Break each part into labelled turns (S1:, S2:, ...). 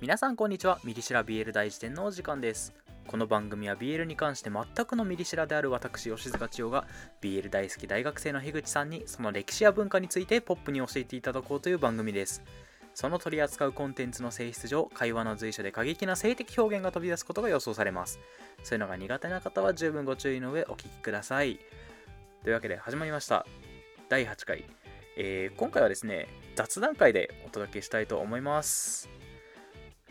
S1: 皆さんこんにちはミリシラ BL 大辞典のお時間ですこの番組は BL に関して全くのミリシラである私吉塚千代が BL 大好き大学生の樋口さんにその歴史や文化についてポップに教えていただこうという番組ですその取り扱うコンテンツの性質上会話の随所で過激な性的表現が飛び出すことが予想されますそういうのが苦手な方は十分ご注意の上お聞きくださいというわけで始まりました第8回、えー今回はですね雑談会でお届けしたいと思います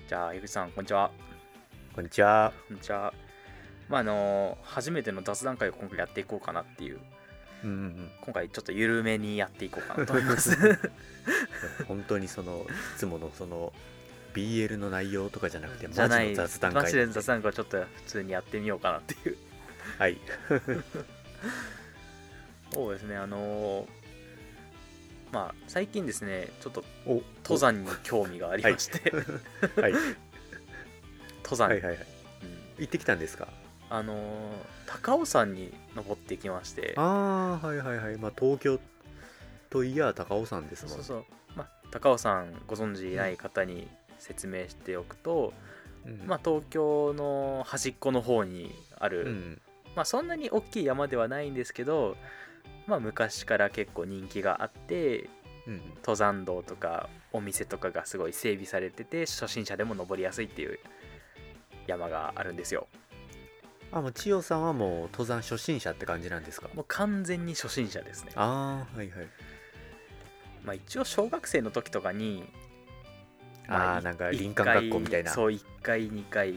S1: じゃあ樋口さんこんにちは
S2: こんにちは。
S1: こんにちはまああの初めての雑談会を今回やっていこうかなっていう
S2: うんうん
S1: 今回ちょっと緩めにやっていこうかなと思います
S2: うん、本当にそのいつものその BL の内容とかじゃなくてマ ジ
S1: じゃない
S2: の雑談
S1: マジで
S2: 会
S1: 雑談会をちょっと普通にやってみようかなっていう
S2: はい
S1: そうですねあのーまあ最近ですねちょっと
S2: お
S1: 登山に興味がありまして、
S2: お はい、
S1: 登
S2: は
S1: 山、
S2: いはいはい
S1: うん
S2: 行ってきたんですか
S1: あのー高尾山に登ってきまして
S2: ああはいはいはいまあ東京といや高尾山です
S1: そ
S2: も
S1: うんそうそう、まあ、高尾山ご存知ない方に説明しておくと、
S2: うん
S1: まあ、東京の端っこの方にある、
S2: うん
S1: まあ、そんなに大きい山ではないんですけど、まあ、昔から結構人気があって
S2: うん
S1: 登山道とかお店とかがすごい整備されてて初心者でも登りやすいっていう山があるんですよ
S2: あもう千代さんはもう登山初心者って感じなんですか
S1: もう完全に初心者ですね
S2: ああはいはい
S1: まあ、一応小学生の時とかにま
S2: あー
S1: い
S2: なんか
S1: 一
S2: 林間学校みたいな
S1: 回そう1回2回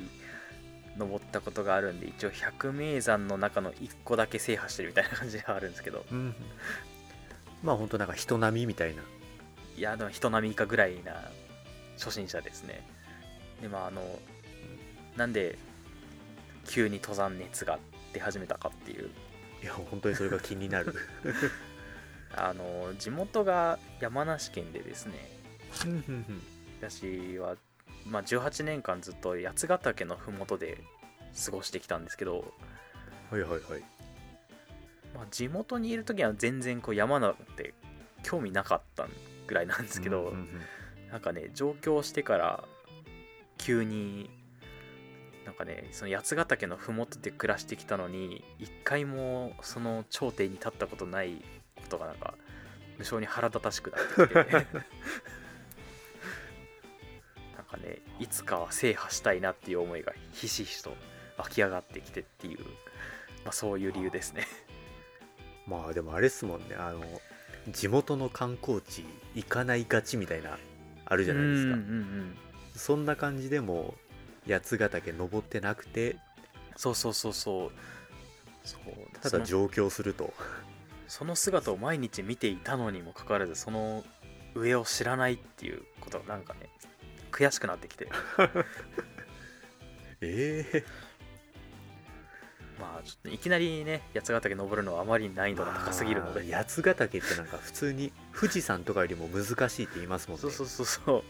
S1: 登ったことがあるんで一応百名山の中の1個だけ制覇してるみたいな感じがあるんですけど
S2: うんうんまあ本当なんか人並みみたいない
S1: やでも人並み以下ぐらいな初心者ですねでまああのなんで急に登山熱が出始めたかっていう
S2: いや本当にそれが気にな る
S1: あの地元が山梨県でですね
S2: うんうんうん
S1: 私は、まあ、18年間ずっと八ヶ岳の麓で過ごしてきたんですけど、
S2: はいはいはい
S1: まあ、地元にいる時は全然こう山なんて興味なかったぐらいなんですけど、
S2: うんうんうん
S1: なんかね上京してから急になんかねその八ヶ岳の麓で暮らしてきたのに一回もその頂点に立ったことないことがなんか無性に腹立たしくなってきて なんかねいつかは制覇したいなっていう思いがひしひしと湧き上がってきてっていう、まあ、そういう理由ですね。
S2: まあでもあれっすもんねあの地元の観光地行かないがちみたいなあるじゃないですか
S1: うんうんうん
S2: そんな感じでもう八ヶ岳登ってなくて
S1: そうそうそうそうそう
S2: た
S1: そ
S2: だ
S1: の
S2: 上京すると
S1: その姿を毎日見ていたのにもかかわらずその上を知らないっていうことがなんかね悔しくなって きて
S2: ええ
S1: まあちょっといきなりね八ヶ岳登るのはあまり難易度が高すぎるので、
S2: まあ八ヶ岳ってなんか普通に富士山とかよりも難しいって言いますもんね
S1: そうそうそうそう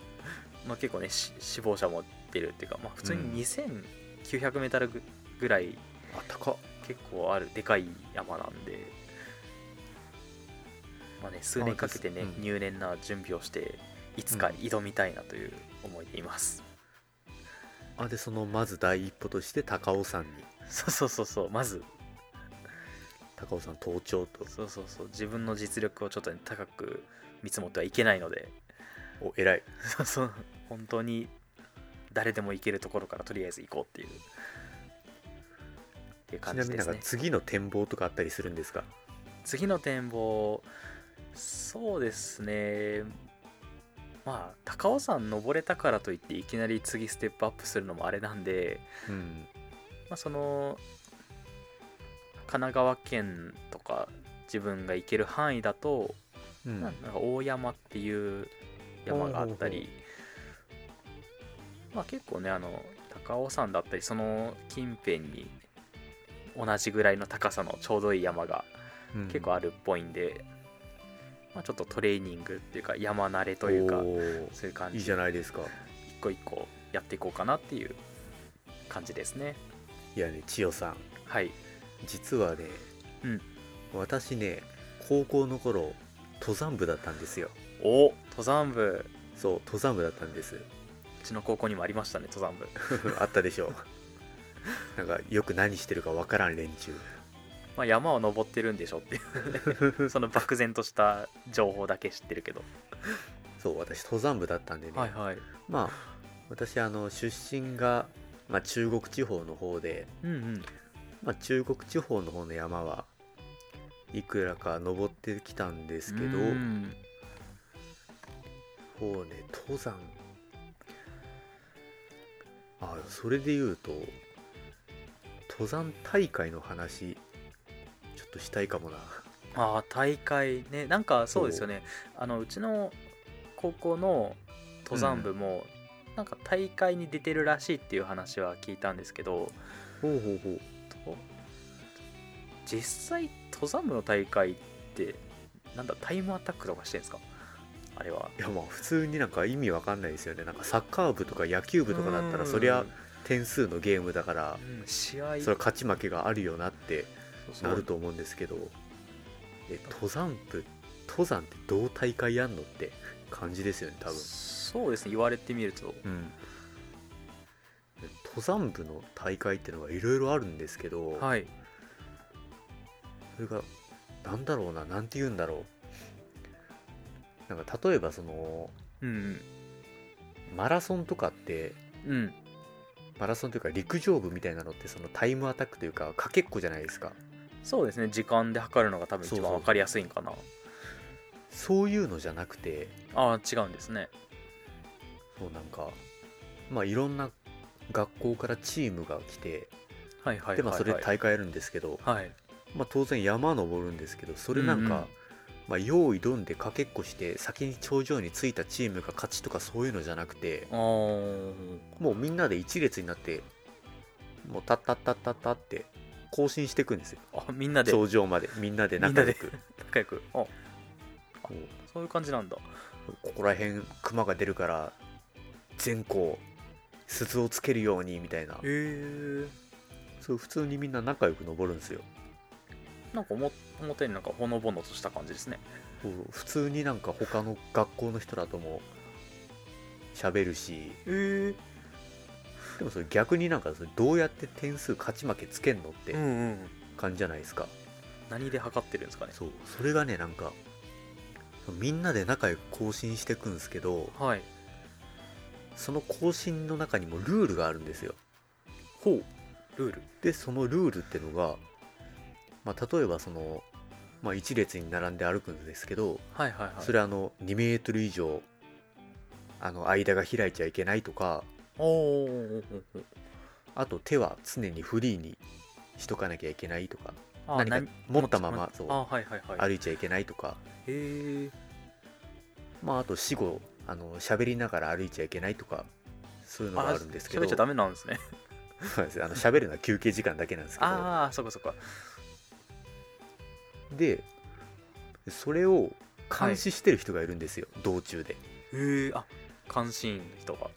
S1: まあ結構ねし死亡者も出るっていうか、まあ、普通に 2900m ぐぐらい
S2: あ高っ
S1: 結構あるでかい山なんで、まあね、数年かけてね、
S2: あですうん
S1: 入念な準備をしていつか挑みたいなという思いでいます、
S2: あでそのまず第一歩として高尾山に
S1: そうそうそうそうまず
S2: 高尾山登頂と
S1: そうそうそう自分の実力をちょっとね、高く見積もってはいけないので
S2: お偉い
S1: そうそう本当に誰でも行けるところからとりあえず行こうっていうっていう
S2: ち
S1: 感
S2: な
S1: じ
S2: みに
S1: で
S2: なん
S1: すね
S2: か次の展望とかあったりするんですか
S1: 次の展望そうですねまあ高尾山登れたからといっていきなり次ステップアップするのもあれなんで、
S2: うん
S1: まあ、その神奈川県とか自分が行ける範囲だと
S2: うん
S1: なんか大山っていう山があった
S2: ほう
S1: り、まあ、結構ねあの高尾山だったりその近辺に同じぐらいの高さのちょうどいい山が
S2: うん
S1: 結構あるっぽいんで、まあ、ちょっとトレーニングっていうか山慣れというか
S2: おー
S1: そういう感
S2: いい
S1: じ
S2: じゃないですか
S1: 一個一個やっていこうかなっていう感じですね
S2: いやね千代さん
S1: はい
S2: 実はね、
S1: うん
S2: 私ね高校の頃登山部だったんですよ
S1: お登山部
S2: そう登山部だったんです
S1: ちの高校にもありましたね登山部、
S2: あったでしょ うなんかよく何してるかわからん連中
S1: まあ、山を登ってるんでしょって いうその漠然とした情報だけ知ってるけど
S2: そう私登山部だったんでね、
S1: はい
S2: まあ私あの出身が、まあ、中国地方の方で、
S1: うんうん
S2: まあ、中国地方の方の山はいくらか登ってきたんですけど
S1: うん
S2: そうね登山あそれで言うと登山大会の話ちょっとしたいかもな
S1: ああ大会ねなんかそうですよねあのうちの高校の登山部も、なんか大会に出てるらしいっていう話は聞いたんですけど
S2: ほうほうほう
S1: と実際登山部の大会ってなんだタイムアタックとかしてるんですかあれはい
S2: やまあ普通になんか意味わかんないですよねなんかサッカー部とか野球部とかだったらそりゃ点数のゲームだから
S1: うん試合
S2: それは勝ち負けがあるよなって
S1: そう
S2: なると思うんですけどえ登山部登山ってどう大会やんのって感じですよね多分
S1: そうですね言われてみると
S2: うん登山部の大会っていうのがいろいろあるんですけど、
S1: はい
S2: それがなんだろうななんて言うんだろうなんか例えばその
S1: うん
S2: マラソンとかって
S1: うん
S2: マラソンというか陸上部みたいなのってそのタイムアタックというかかけっこじゃないですか
S1: そうですね時間で測るのが多分一
S2: そう
S1: 番
S2: そう
S1: 分かりやすいんかな
S2: そういうのじゃなくて
S1: ああ違うんですね
S2: そうなんかまあいろんな学校からチームが来て
S1: はいはいはい、はい、
S2: でまあそれで大会やるんですけど、
S1: はい
S2: まあ、当然山登るんですけどそれなん
S1: うんう
S2: か、
S1: ん
S2: まあ、用意どんでかけっこして先に頂上に着いたチームが勝ちとかそういうのじゃなくて
S1: あー
S2: もうみんなで一列になってもうタッタッタッタッタって更新していくんですよ
S1: あみんなで
S2: 頂上までみんなで仲良く
S1: 仲良くあ
S2: もう
S1: そういう感じなんだ
S2: ここら辺クマが出るから全校鈴をつけるようにみたいな
S1: へえ
S2: そう普通にみんな仲良く登るんですよ
S1: なんかおも表になんかほのぼのとした感じですね
S2: こう普通になんか他の学校の人らとも喋るし
S1: へえ
S2: でもそれ逆になんかそれどうやって点数勝ち負けつけんのって
S1: うんうん
S2: 感じじゃないですか、
S1: 何で測ってるんですかね
S2: そうそれがねなんかみんなで仲良く更新していくんですけど
S1: はい
S2: その更新の中にもルールがあるんですよ
S1: ほうルール
S2: でそのルールってのが、まあ、例えばその、まあ、1列に並んで歩くんですけど、
S1: はいはいはい
S2: それあの2メートル以上あの間が開いちゃいけないとか
S1: おおー
S2: あと手は常にフリーにしとかなきゃいけないとか
S1: あー
S2: 何か持ったままそう
S1: あーはいはいはい
S2: 歩いちゃいけないとか
S1: へえ
S2: まあ、あと死後あの喋りながら歩いちゃいけないとかそういうのがあるんですけど
S1: 喋っちゃダメなんですね
S2: そうなんですよあの喋るのは休憩時間だけなんですけど
S1: ああーそっかそっか
S2: でそれを監視してる人がいるんですよ、道中で
S1: へえあ監視員の人が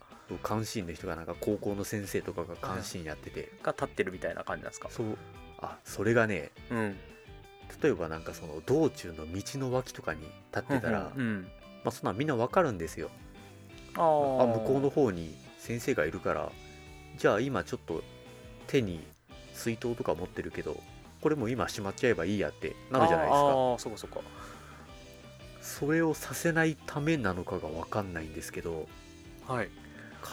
S2: 監視員の人がなんか高校の先生とかが監視員やってて
S1: が立ってるみたいな感じなんですか
S2: そうあそれがね
S1: うん
S2: 例えばなんかその道中の道の脇とかに立ってたら、
S1: うんうん
S2: まあ、そんなんみんなわかるんですよ
S1: あ
S2: あ
S1: ー
S2: 向こうの方に先生がいるからじゃあ今ちょっと手に水筒とか持ってるけどこれもう今しまっちゃえばいいやってなるじゃないです
S1: あ
S2: か
S1: ーそっかそっか
S2: それをさせないためなのかが分かんないんですけど
S1: はい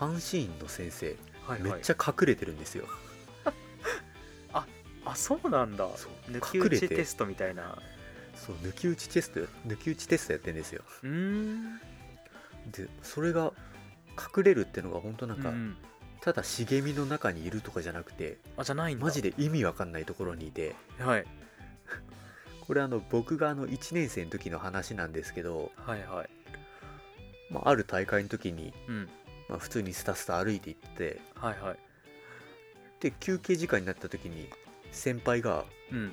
S2: 監視員の先生
S1: はい
S2: め
S1: はい
S2: っちゃ隠れてるんですよ、
S1: あそうなんだ
S2: そう
S1: 抜き
S2: 隠
S1: 打
S2: れ
S1: ち
S2: て
S1: テストみたいな
S2: そう抜き打ちテストや抜き打ちテストやってんですよ
S1: うーん
S2: でそれが隠れるってのが本当なんか、
S1: うん
S2: ただ茂みの中にいるとかじゃなくて
S1: あじゃないんだ
S2: マジで意味わかんないところにいて
S1: はい
S2: これあの僕があの1年生の時の話なんですけど、
S1: はいはい
S2: まあ、ある大会の時に、
S1: うん
S2: まあ、普通にスタスタ歩いていって
S1: はいはい
S2: で休憩時間になった時に先輩が
S1: うん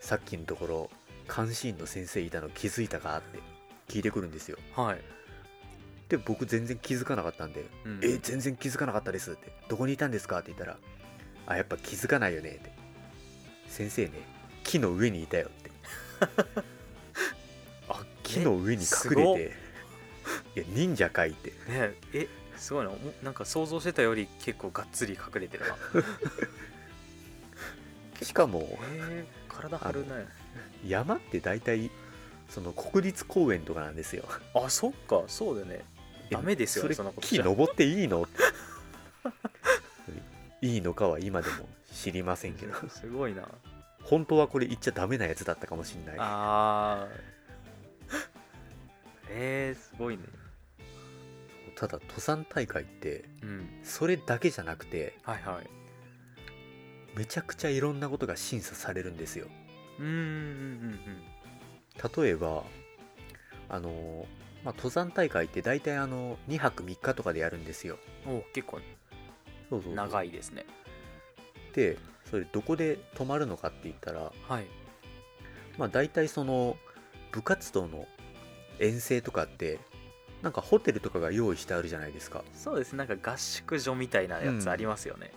S2: さっきのところ監視員の先生いたの気づいたかって聞いてくるんですよ
S1: はい、
S2: で僕全然気づかなかったんで
S1: うん
S2: 「え全然気づかなかったです」って「どこにいたんですか?」って言ったら「あやっぱ気づかないよね」って「先生ね木の上にいたよ」ってあ木の上に
S1: す
S2: 隠
S1: ごっ
S2: れていや忍者かいって
S1: ねええすごいなおなんか想像してたより結構がっつり隠れてる な
S2: しかも
S1: えー、体張るね
S2: 山って大体その国立公園とかなんですよ
S1: あそっかそうだよね ダメですよね
S2: え
S1: そんなこと
S2: 木
S1: じゃ
S2: 登っていいの いいのかは今でも知りませんけど
S1: すごいな
S2: 本当はこれ言っちゃダメなやつだったかもしれない
S1: あーえー、す ごいね
S2: ただ登山大会って
S1: うん
S2: それだけじゃなくて
S1: はいはい
S2: めちゃくちゃいろんなことが審査されるんですよ
S1: うんうんうん
S2: 例えばあの、まあ、登山大会って大体あの2泊3日とかでやるんですよ
S1: うんお結構
S2: そうそう
S1: 長
S2: い
S1: いですね
S2: でそれどこで泊まるのかって言ったら
S1: はい
S2: まあ、大体その部活動の遠征とかってなんかホテルとかが用意してあるじゃないですか
S1: そうですねなんか合宿所みたいなやつありますよね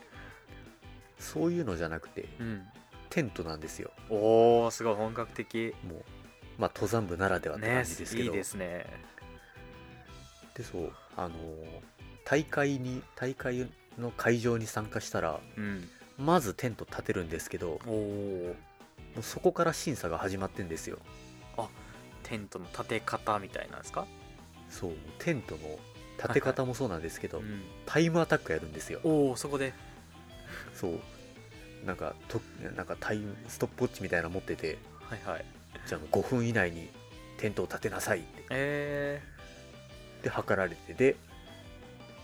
S2: そういうのじゃなくて
S1: うん、
S2: テントなんですよ
S1: おおすごい本格的
S2: もう、まあ、登山部ならではって
S1: ね
S2: 感じですけ
S1: いい
S2: ど、
S1: ですね
S2: でそうあのー大会に大会の会場に参加したら
S1: うん
S2: まずテント立てるんですけども
S1: おお
S2: うそこから審査が始まってんですよ
S1: テントの立て方みたいなんですか
S2: そうテントの立て方もそうなんですけど、
S1: うん
S2: タイムアタックやるんですよ
S1: おおそこで
S2: そうなんかとなんかタイムストップウォッチみたいなの持ってて
S1: はいはい
S2: じゃあ5分以内にテントを立てなさいって
S1: え
S2: で測られてで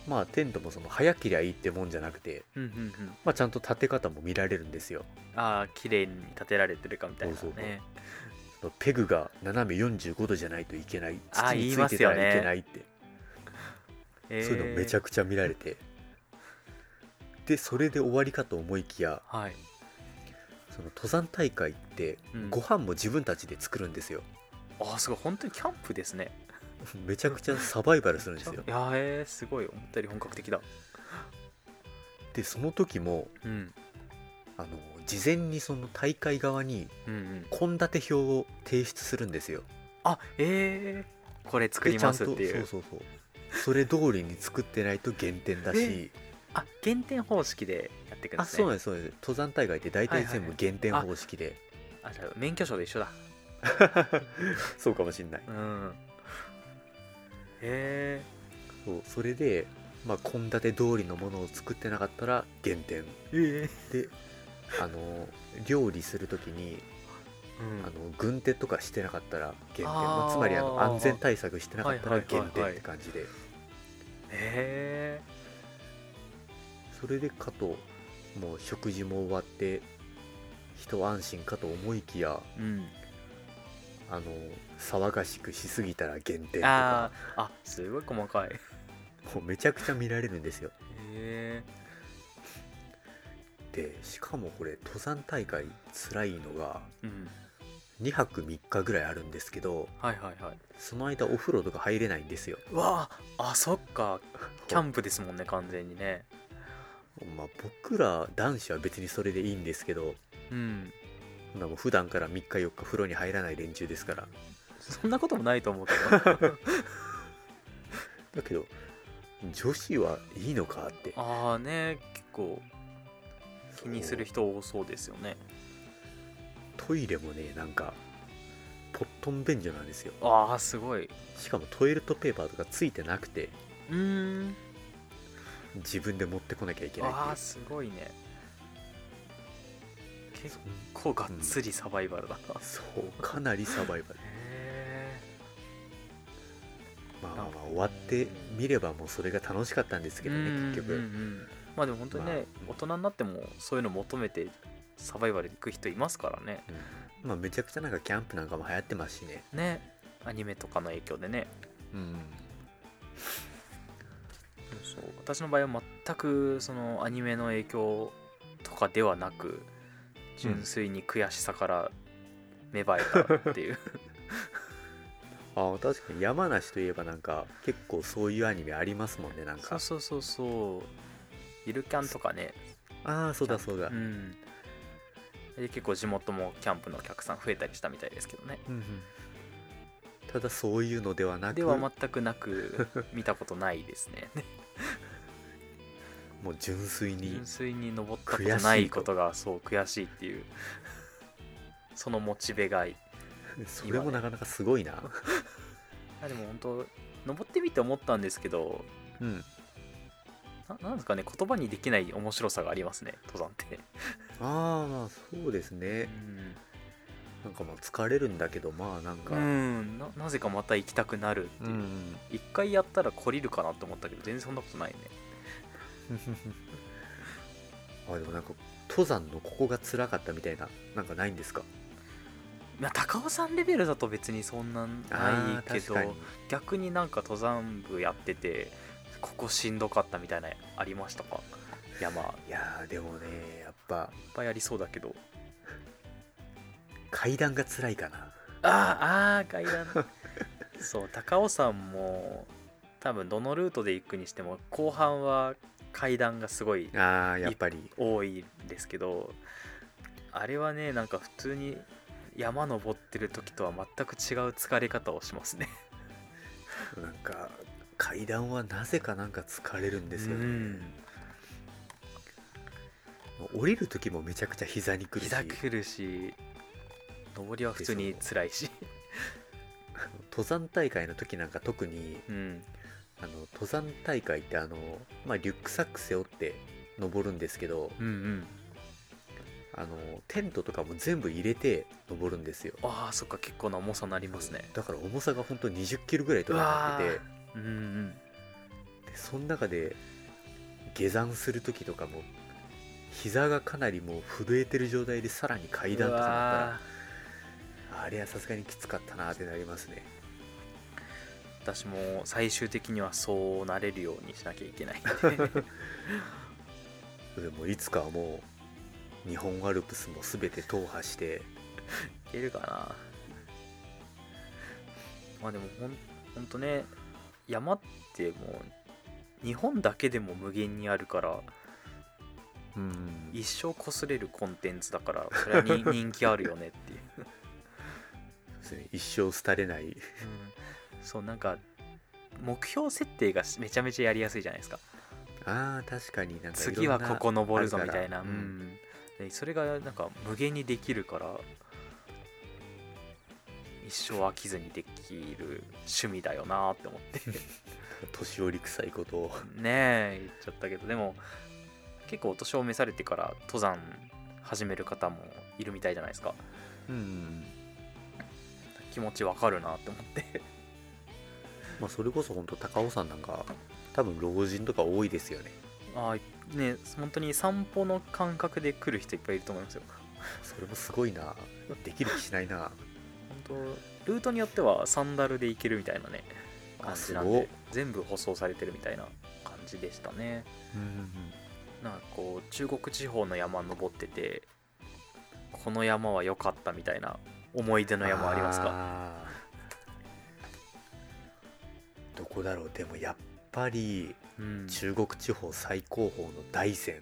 S2: まあテントもその早けりゃいいってもんじゃなくて、
S1: ー、うんうんうん
S2: まあ、ちゃんと立て方も見られるんですよ
S1: ああ綺麗に立てられてるかみたいなね
S2: そうそうそうそのペグが斜め45度じゃないといけない
S1: あー
S2: 土につ
S1: 言
S2: いてたら
S1: いますよね
S2: いけないって、
S1: えー
S2: そういうのめちゃくちゃ見られてでそれで終わりかと思いきや
S1: はい
S2: その登山大会って
S1: うん
S2: ご飯も自分たちで作るんですよ、
S1: ああすごい本当にキャンプですね
S2: めちゃくちゃサバイバルするん ですよ
S1: いやーえー、すごい思ったより本格的だ
S2: でその時も
S1: うん
S2: あの事前にその大会側に
S1: うんうん
S2: 献立表を提出するんですよ
S1: あえー、これ作りますってい
S2: でちゃん
S1: う
S2: とそうそうそうそれ通りに作ってないと減 点だし
S1: あ減点方式でやっていくん
S2: あ
S1: ですね
S2: そうなんですそうなんです登山大会って大体全
S1: はいはいは
S2: 部
S1: い
S2: 減点方式で、
S1: あじゃあ免許証と一緒だ
S2: そうかもしんない
S1: うんえ
S2: そうそれでまあ献立通りのものを作ってなかったら減点
S1: ー、ええ
S2: であの料理する時に
S1: うん
S2: あの軍手とかしてなかったら減点
S1: あー
S2: まあつまりあの安全対策してなかった
S1: は
S2: ら
S1: いはいはいは
S2: 減
S1: い
S2: 点って感じで
S1: え
S2: それでかともう食事も終わって一安心かと思いきや
S1: ー、うん
S2: あの騒がしくしすぎたら減点と
S1: あ
S2: か
S1: ーあすごい細かいへ
S2: もうめちゃくちゃ見られるんですよ
S1: え
S2: でしかもこれ登山大会辛いのが
S1: ー、うん
S2: 2泊3日ぐらいあるんですけど
S1: はいはいはい
S2: その間お風呂とか入れないんですよ
S1: わああそっかキャンプですもんね完全にね
S2: まあ僕ら男子は別にそれでいいんですけど
S1: うん
S2: そんなもう普段から3日4日風呂に入らない連中ですから
S1: そんなこともないと思うけ ど
S2: だけど女子はいいのかって
S1: ああね結構気にする
S2: そう
S1: 人多そうですよね
S2: トイレもねなんかポットン便所なんですよ
S1: ああすごい
S2: しかもトイレットペーパーとかついてなくて
S1: うーん
S2: 自分で持ってこなきゃいけないっていう
S1: ああすごいね結
S2: そ
S1: 構がっつりサバイバルだな、へ
S2: そうかなりサバイ バル
S1: え
S2: まあまあまあ終わってみればもうそれが楽しかったんですけどね結局、
S1: うんうんうんまあでも本当にね、
S2: まあ
S1: 大人になってもそういうの求めてサバイバル行く人いますからね
S2: うんまあめちゃくちゃなんかキャンプなんかも流行ってますしね
S1: ねアニメとかの影響でね
S2: うん
S1: そう私の場合は全くそのアニメの影響とかではなく純粋に悔しさから芽生えたっていう、
S2: ああ確かに山梨といえばなんか結構そういうアニメありますもんねな ん
S1: そ
S2: か
S1: うそうそうそうゆるキャンとかね
S2: ああそうだそうだ、
S1: う
S2: うん
S1: んで結構地元もキャンプのお客さん増えたりしたみたいですけどね
S2: うんただそういうのではなく
S1: では全くなく見たことないです ね
S2: もう純粋に
S1: 純粋に登ったことないことがそう悔しいっていうそのモチベがい
S2: それもなかなかすごいな
S1: やでも本当登ってみて思ったんですけど
S2: うん
S1: ななんですかね言葉にできない面白さがありますね登山って、
S2: ああまあそうです
S1: う
S2: ね
S1: ん
S2: なんかまあ疲れるんだけどまあなんか、
S1: うんななぜかまた行きたくなるっていう、
S2: うん
S1: 一回やったら懲りるかなと思ったけど全然そんなことないね
S2: あでもなんか登山のここが辛かったみたいななんかないんですか
S1: まあ高尾山レベルだと別にそんなんないけ
S2: あー確かに
S1: ど逆になんか登山部やっててここしんどかったみたいなありましたか山いっ
S2: いやーでもねやっぱ
S1: ぱいありそうだけど
S2: 階段が辛いかな
S1: あーあー階段 そう高尾山も多分どのルートで行くにしても後半は階段がすごい
S2: あーやっぱり
S1: 多いんですけどあれはねなんか普通に山登ってる時とは全く違う疲れ方をしますね
S2: なんか階段はなぜかなんか疲れるんですよ
S1: う
S2: ね
S1: ん
S2: 降りる時もめちゃくちゃ膝にくるし
S1: 膝くるし登りは普通に辛いし
S2: 登山大会の時なんか特に
S1: うん
S2: あの登山大会ってあの、まあ、リュックサック背負って登るんですけど
S1: うんうん
S2: あのテントとかも全部入れて登るんですよ
S1: ああそっか結構な重さになりますね
S2: だから重さが本当2 0キロぐらいとかなってて
S1: うんうん
S2: でその中で下山する時とかも膝がかなりもう震えてる状態でさらに階段とかな
S1: うわ
S2: ったらあれはさすがにきつかったなってなりますね
S1: ー私も最終的にはそうなれるようにしなきゃいけない
S2: でもいつかはもう日本アルプスも全て踏破して
S1: いけるかなまあでもほんほんとね山ってもう日本だけでも無限にあるから
S2: うん
S1: 一生こすれるコンテンツだからそれはに人気あるよねっていう、
S2: 一生廃れない
S1: そうなんか目標設定がめちゃめちゃやりやすいじゃないですか
S2: あー確かになんかいろん
S1: 次
S2: な
S1: はここ登るぞ
S2: あ
S1: み
S2: から
S1: たいな、
S2: う
S1: うんん、でそれがなんか無限にできるから一生飽きずにできる趣味だよなって思って
S2: 年寄り臭いことを
S1: ねえ言っちゃったけどでも結構お年を召されてから登山始める方もいるみたいじゃないですか
S2: うん
S1: 気持ちわかるなって思って
S2: まあそれこそ本当高尾山なんか多分老人とか多いですよね
S1: ああね本当に散歩の感覚で来る人いっぱいいると思いますよ
S2: それもすごいなできる気しないな
S1: 本当ルートによってはサンダルで行けるみたいなね
S2: あ
S1: 感じなん
S2: すごっ
S1: で全部舗装されてるみたいな感じでしたねなんかこう中国地方の山登っててこの山は良かったみたいな思い出の山ありますか
S2: かどこだろうでもやっぱり
S1: うん
S2: 中国地方最高峰の大山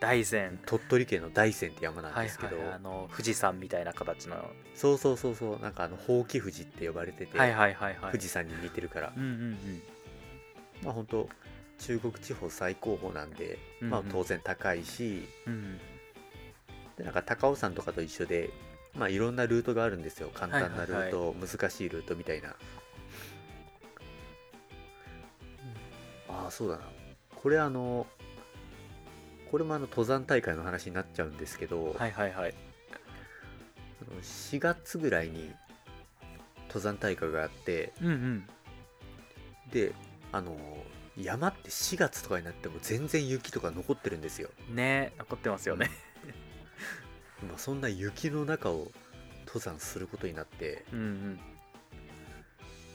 S1: 大山
S2: 鳥取県の大山って山なん
S1: はい
S2: ですけ
S1: は
S2: ど、
S1: いはいあの富士山みたいな形のは
S2: そうそうそうそうなんかあのほうき富士って呼ばれてて、
S1: いはいはいはい
S2: 富士山に似てるから
S1: うんうん
S2: まあ本当中国地方最高峰なんで、まあ
S1: うんうん
S2: 当然高いし
S1: うんうん
S2: でなんか高尾山とかと一緒で、まあ、いろんなルートがあるんですよ簡単なルート、
S1: は
S2: 難しいルートみたいな、ああそうだなこれあのこれもあの登山大会の話になっちゃうんですけど、
S1: はいはいはい
S2: あの4月ぐらいに登山大会があって
S1: うんうん
S2: であの山って4月とかになっても全然雪とか残ってるんですよ
S1: ね残ってますよね
S2: まあそんな雪の中を登山することになって
S1: うん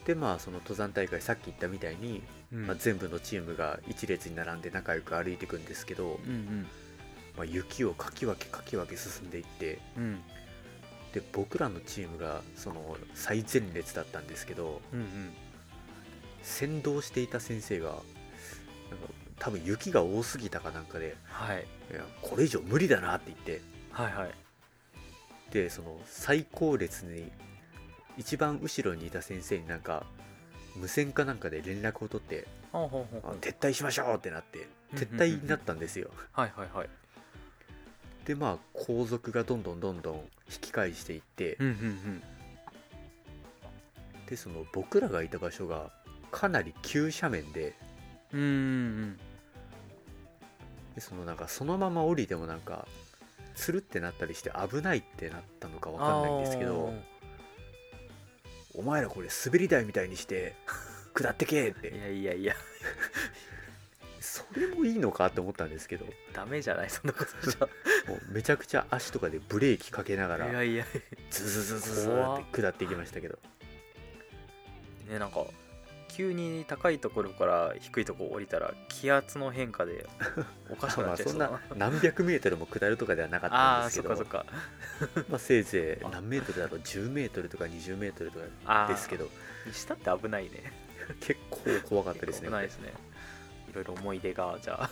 S2: でまあその登山大会さっき言ったみたいに、
S1: うんうん
S2: まあ、全部のチームが一列に並んで仲良く歩いていくんですけど、
S1: うん
S2: まあ、雪をかき分けかき分け進んでいって
S1: うんうん
S2: で僕らのチームがその最前列だったんですけど
S1: うんうん
S2: 先導していた先生がなんか多分雪が多すぎたかなんかで
S1: はい
S2: 「いやこれ以上無理だな」って言って
S1: はいはい
S2: でその最後列に一番後ろにいた先生になんか無線かなんかで連絡を取って
S1: ほうほう
S2: あ
S1: ほう
S2: 撤退しましょうってなって撤退になったんですよ
S1: はいはいはい
S2: でまあ皇族がどんどんどんどん引き返していって
S1: うんうんうん
S2: でその僕らがいた場所がかなり急斜面で
S1: うーん
S2: でそのなんかそのまま降りてもなんかつるってなったりして危ないってなったのかわかんないんですけどお前らこれ滑り台みたいにして下ってけっ
S1: あーい
S2: て
S1: やいやいや
S2: それもいいのかって思ったんですけど
S1: ダメじゃないそんなことじゃ
S2: もうめちゃくちゃ足とかでブレーキかけなが
S1: い
S2: ら
S1: やいや
S2: ズズズズズ
S1: 怖っ
S2: って下っていきましたけど
S1: ねなんか急に高いところから低いところ降りたら気圧の変化でおかしく
S2: ま
S1: なっ
S2: あ
S1: ちゃい
S2: そ
S1: そうんな
S2: な何百メートルも下るとかではなかったん
S1: あ
S2: で
S1: あそ
S2: す
S1: っ
S2: け
S1: かそ
S2: ど
S1: っか
S2: まあせいぜい何メートルだろう10メートルとか20メートルとか
S1: ああ
S2: ですけど
S1: 下って危ないね
S2: 結構怖かったです ね
S1: 危ないですねいろいろ思い出がじゃあ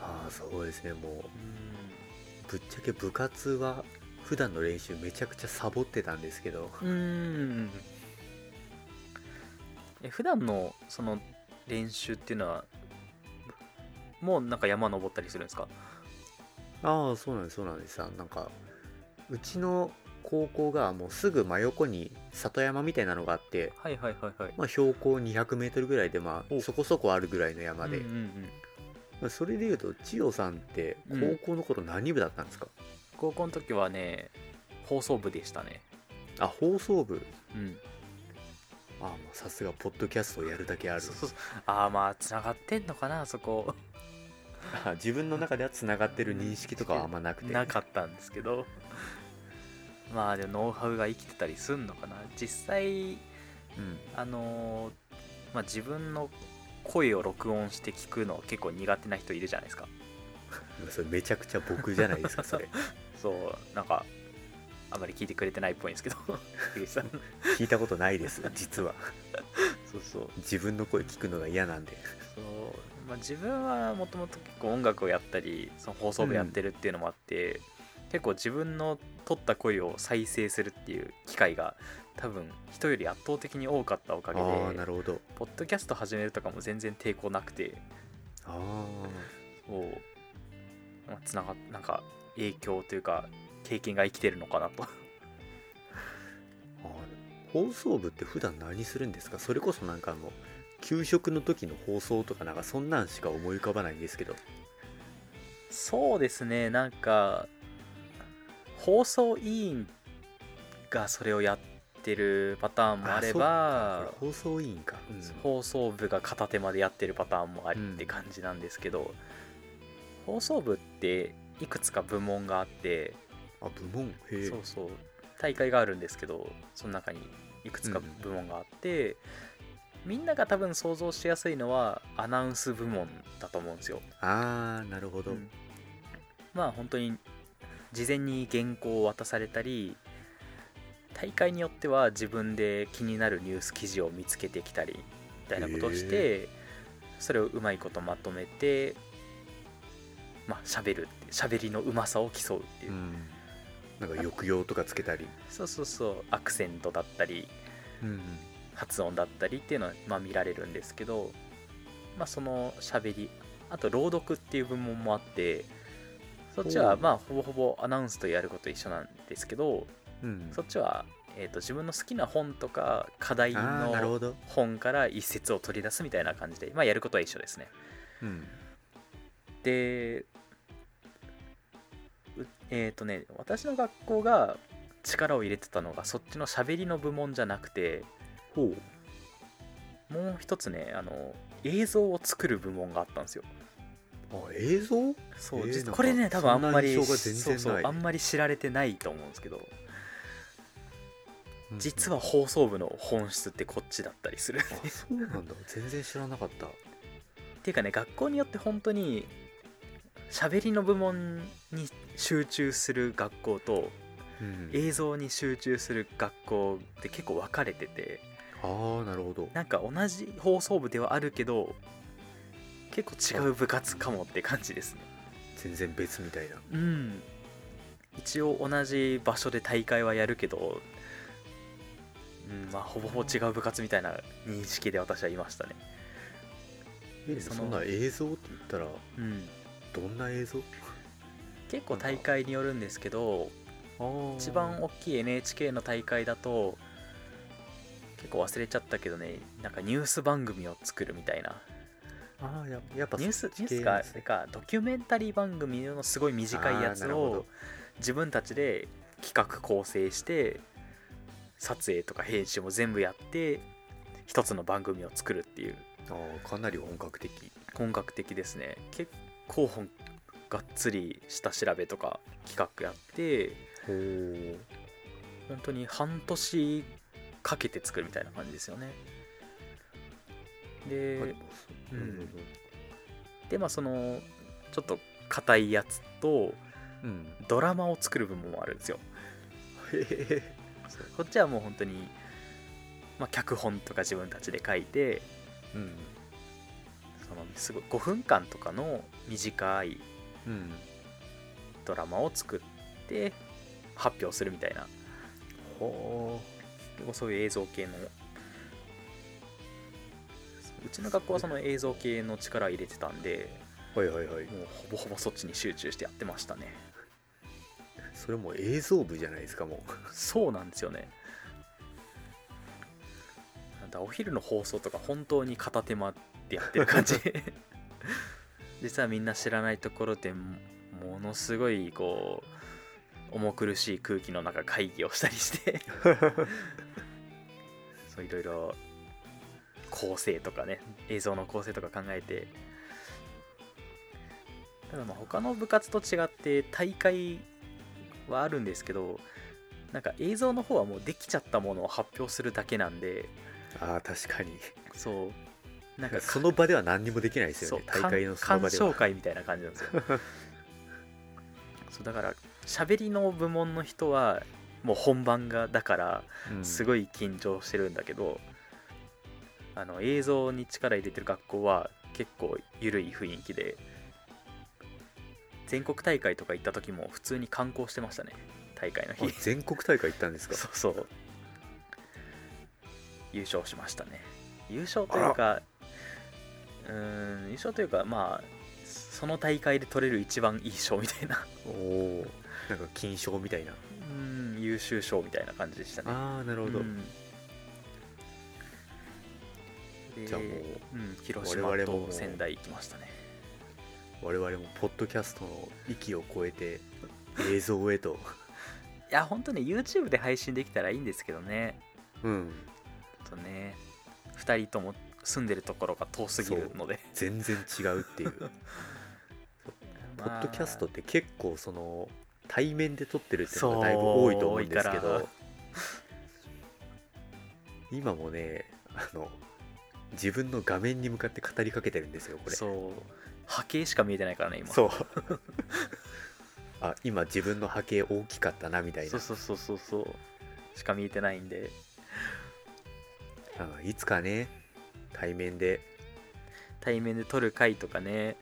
S2: ああそうですねもうぶっちゃけ部活は普段の練習めちゃくちゃサボってたんですけど
S1: うーんえ普段のその練習っていうのはもうなんか山登ったりするんですか
S2: ああそうなんですそうなんですあなんかうちの高校がもうすぐ真横に里山みたいなのがあって、
S1: はいはいはいはい
S2: まあ、標高 200m ぐらいでまあ
S1: お
S2: そこそこあるぐらいの山で、
S1: うんうんうん
S2: まあそれでいうと千代さんって
S1: うん
S2: 高校の頃何部だったんですか、
S1: 高校の時はね放送部でしたね
S2: あ放送部
S1: うん
S2: ああもうさすがポッドキャストをやるだけある
S1: そうそうそうああまあつながってんのかなそ こ
S2: ああ自分の中ではつながってる認識とかはあんまなくて
S1: なかったんですけ どまあでもノウハウが生きてたりすんのかな実際
S2: うん
S1: あのーまあ、自分の声を録音して聞くの結構苦手な人いるじゃないですか
S2: それめちゃくちゃ僕じゃないですかそ れ
S1: そうなんかあまり聞いてくれてないっぽいん ですけど樋口さん
S2: 聞いたことないです実は
S1: そうそう
S2: 自分の声聞くのが嫌なんで
S1: そう、まあ、自分はもともと結構音楽をやったりその放送部やってるっていうのもあって、結構自分の撮った声を再生するっていう機会が多分人より圧倒的に多かったおかげ
S2: ああな
S1: で
S2: るほど
S1: ポッドキャスト始めるとかも全然抵抗なくて
S2: ああ
S1: そう、まあ、つながなんか影響というか経験が生きてるのかな と
S2: あー放送部って普段何するんですかそれこそなんかあの給食の時の放送とかなんかそんなんしか思い浮かばないんですけど
S1: そうですねなんか放送委員がそれをやってるパターンもあれば
S2: そうか放送委員か、うん
S1: 放送部が片手までやってるパターンもあり
S2: うん
S1: って感じなんですけど、放送部っていくつか部門があって、
S2: あ部門へえ
S1: そうそう大会があるんですけどその中にいくつか部門があって、みんなが多分想像しやすいのはアナウンス部門だと思うんですよ。
S2: ああなるほど、
S1: うんまあ本当に事前に原稿を渡されたり大会によっては自分で気になるニュース記事を見つけてきたりみたいなことをし
S2: へ
S1: てそれをうまいことまとめてまあ喋るって喋りのうまさを競うっていうう、
S2: んなんか抑揚とかつけたり、
S1: そうそうそうアクセントだったり
S2: うん、
S1: 発音だったりっていうのはまあ見られるんですけど、まあ、その喋りあと朗読っていう部門もあってそっち
S2: ほ
S1: は
S2: う
S1: まあほぼほぼアナウンスとやること一緒なんですけど
S2: うん、
S1: そっちは、えー、と自分の好きな本とか課題
S2: ああなる
S1: の
S2: ほど、
S1: 本から一節を取り出すみたいな感じで、まあ、やることは一緒ですね。
S2: うん、
S1: でうえっ、とね私の学校が力を入れてたのがそっちの喋りの部門じゃなくて
S2: ほう
S1: もう一つねあの映像を作る部門があったんですよ
S2: あ映像
S1: そう、
S2: えー
S1: 実
S2: なんか
S1: これね多分あんまり
S2: そんな印象が全然ない
S1: そうそうあんまり知られてないと思うんですけど実は放送部の本質ってこっちだ ったりする
S2: あそうなんだ 全然知らなかった
S1: っていうかね学校によって本当に喋りの部門に集中する学校と
S2: うん
S1: 映像に集中する学校って結構分かれてて
S2: ああなるほど
S1: なんか同じ放送部ではあるけど結構違う部活かもって感じですね
S2: 全然別みたいな
S1: うん一応同じ場所で大会はやるけど、うんまあ、ほぼほぼ違う部活みたいな認識で私はいましたね、
S2: えでも
S1: その
S2: そんな映像って言ったら
S1: うん、
S2: どんな映像
S1: 結構大会によるんですけど一番大きい NHK の大会だと結構忘れちゃったけどねなんかニュース番組を作るみたいな
S2: あーややっぱ
S1: ニュース
S2: そっち
S1: ニュー
S2: 系
S1: ス
S2: なん
S1: か
S2: です
S1: それ
S2: ね
S1: かドキュメンタリー番組のすごい短いや
S2: あーな
S1: つ
S2: るほど
S1: を自分たちで企画構成して撮影とか編集も全部やって一つの番組を作るっていう
S2: あーかなり本格的
S1: 本格的ですね結構本がっつり下調べとか企画やって
S2: ほう
S1: 本当に半年かけて作るみたいな感じですよねで、うんでまあそのちょっと硬いやつと
S2: うん
S1: ドラマを作る部門もあるんですよ
S2: へえ
S1: こっちはもう本当にまあ、脚本とか自分たちで書いて
S2: うん
S1: そのすごい5分間とかの短い
S2: うん
S1: ドラマを作って発表するみたいな
S2: ほ
S1: 結構そういう映像系のうちの学校はその映像系の力を入れてたんで
S2: うはいはいはい
S1: もうほぼほぼそっちに集中してやってましたね
S2: それもう映像部じゃないですかも
S1: そうなんですよねなんだお昼の放送とか本当に片手間でやってる感じ 実はみんな知らないところでもものすごいこう重苦しい空気の中会議をしたりしてそういろいろ構成とかね映像の構成とか考えてただまあ他の部活と違って大会はあるんですけどなんか映像の方はもうできちゃったものを発表するだけなんで
S2: うああ確かに
S1: そうなんか
S2: その場では何にもできないです
S1: そ
S2: よ
S1: う
S2: ね大会のその場
S1: 鑑
S2: で
S1: 賞
S2: は
S1: 会みたいな感じなんですよ そうだから喋りの部門の人はもう本番がだから
S2: うん
S1: すごい緊張してるんだけど、あの映像に力入れてる学校は結構緩い雰囲気で全国大会とか行った時も普通に観光してましたね大会の日
S2: あ全国大会行ったんですか
S1: そうそう優勝しましたね優勝というかうーん優勝というかまあその大会で取れる一番いい賞みたいな
S2: おおなんか金賞みたいな
S1: うん優秀賞みたいな感じでしたね
S2: ああなるほど、
S1: うんで
S2: じゃあも
S1: うん、広島
S2: 我々もも
S1: と
S2: う
S1: 仙台行きましたね
S2: 我々もポッドキャストの域を超えて映像へ と
S1: いや本当に YouTube で配信できたらいいんですけどね
S2: うん
S1: ちょっとね2人とも住んでるところが遠すぎるので、
S2: 全然違うっていうポッドキャストって結構その対面で撮ってるっていうのがだいぶ多いと思うんです
S1: そう多
S2: け
S1: いか
S2: ど 今もねあの自分の画面に向かって語りかけてるんですよこれ
S1: そう波形しか見えてないからね今
S2: そう あ今自分の波形大きかったなみたい
S1: そ
S2: な
S1: うそうそうそうそうしか見えてないんで
S2: あいつかね対面で
S1: 対面で撮る回とかね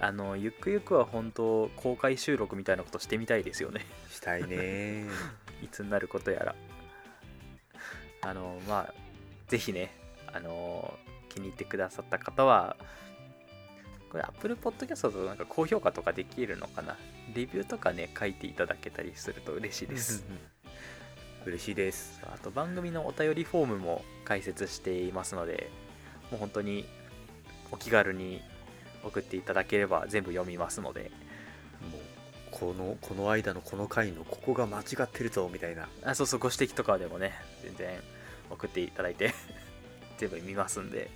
S1: あのゆくゆくは本当公開収録みたいなことしてみたいですよね
S2: したいね
S1: いつになることやらあのまあぜひねあの気に入ってくださった方はこれ Apple Podcast だとなんか高評価とかできるのかなレビューとかね書いていただけたりすると嬉しいです
S2: 嬉しいです
S1: あと番組のお便りフォームも解説していますのでもう本当にお気軽に送っていただければ全部読みますので
S2: もうこのこの間のこの回のここが間違ってるぞみたいな
S1: あそうそうご指摘とかでもね全然送っていただいて 全部見ますんで、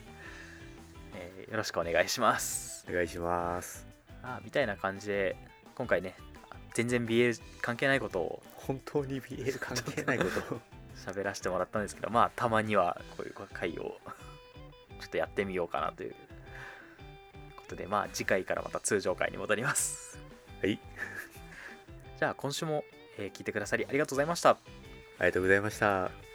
S1: えーよろしくお願いします
S2: お願いします
S1: あみたいな感じで今回ね全然 BL 関係ないことを
S2: 本当に BL 関係ないこと
S1: 喋らせてもらったんですけどまあたまにはこういう回を ちょっとやってみようかなということでまあ次回からまた通常回に戻ります
S2: はい
S1: じゃあ今週も、えー聞いてくださりありがとうございました
S2: ありがとうございました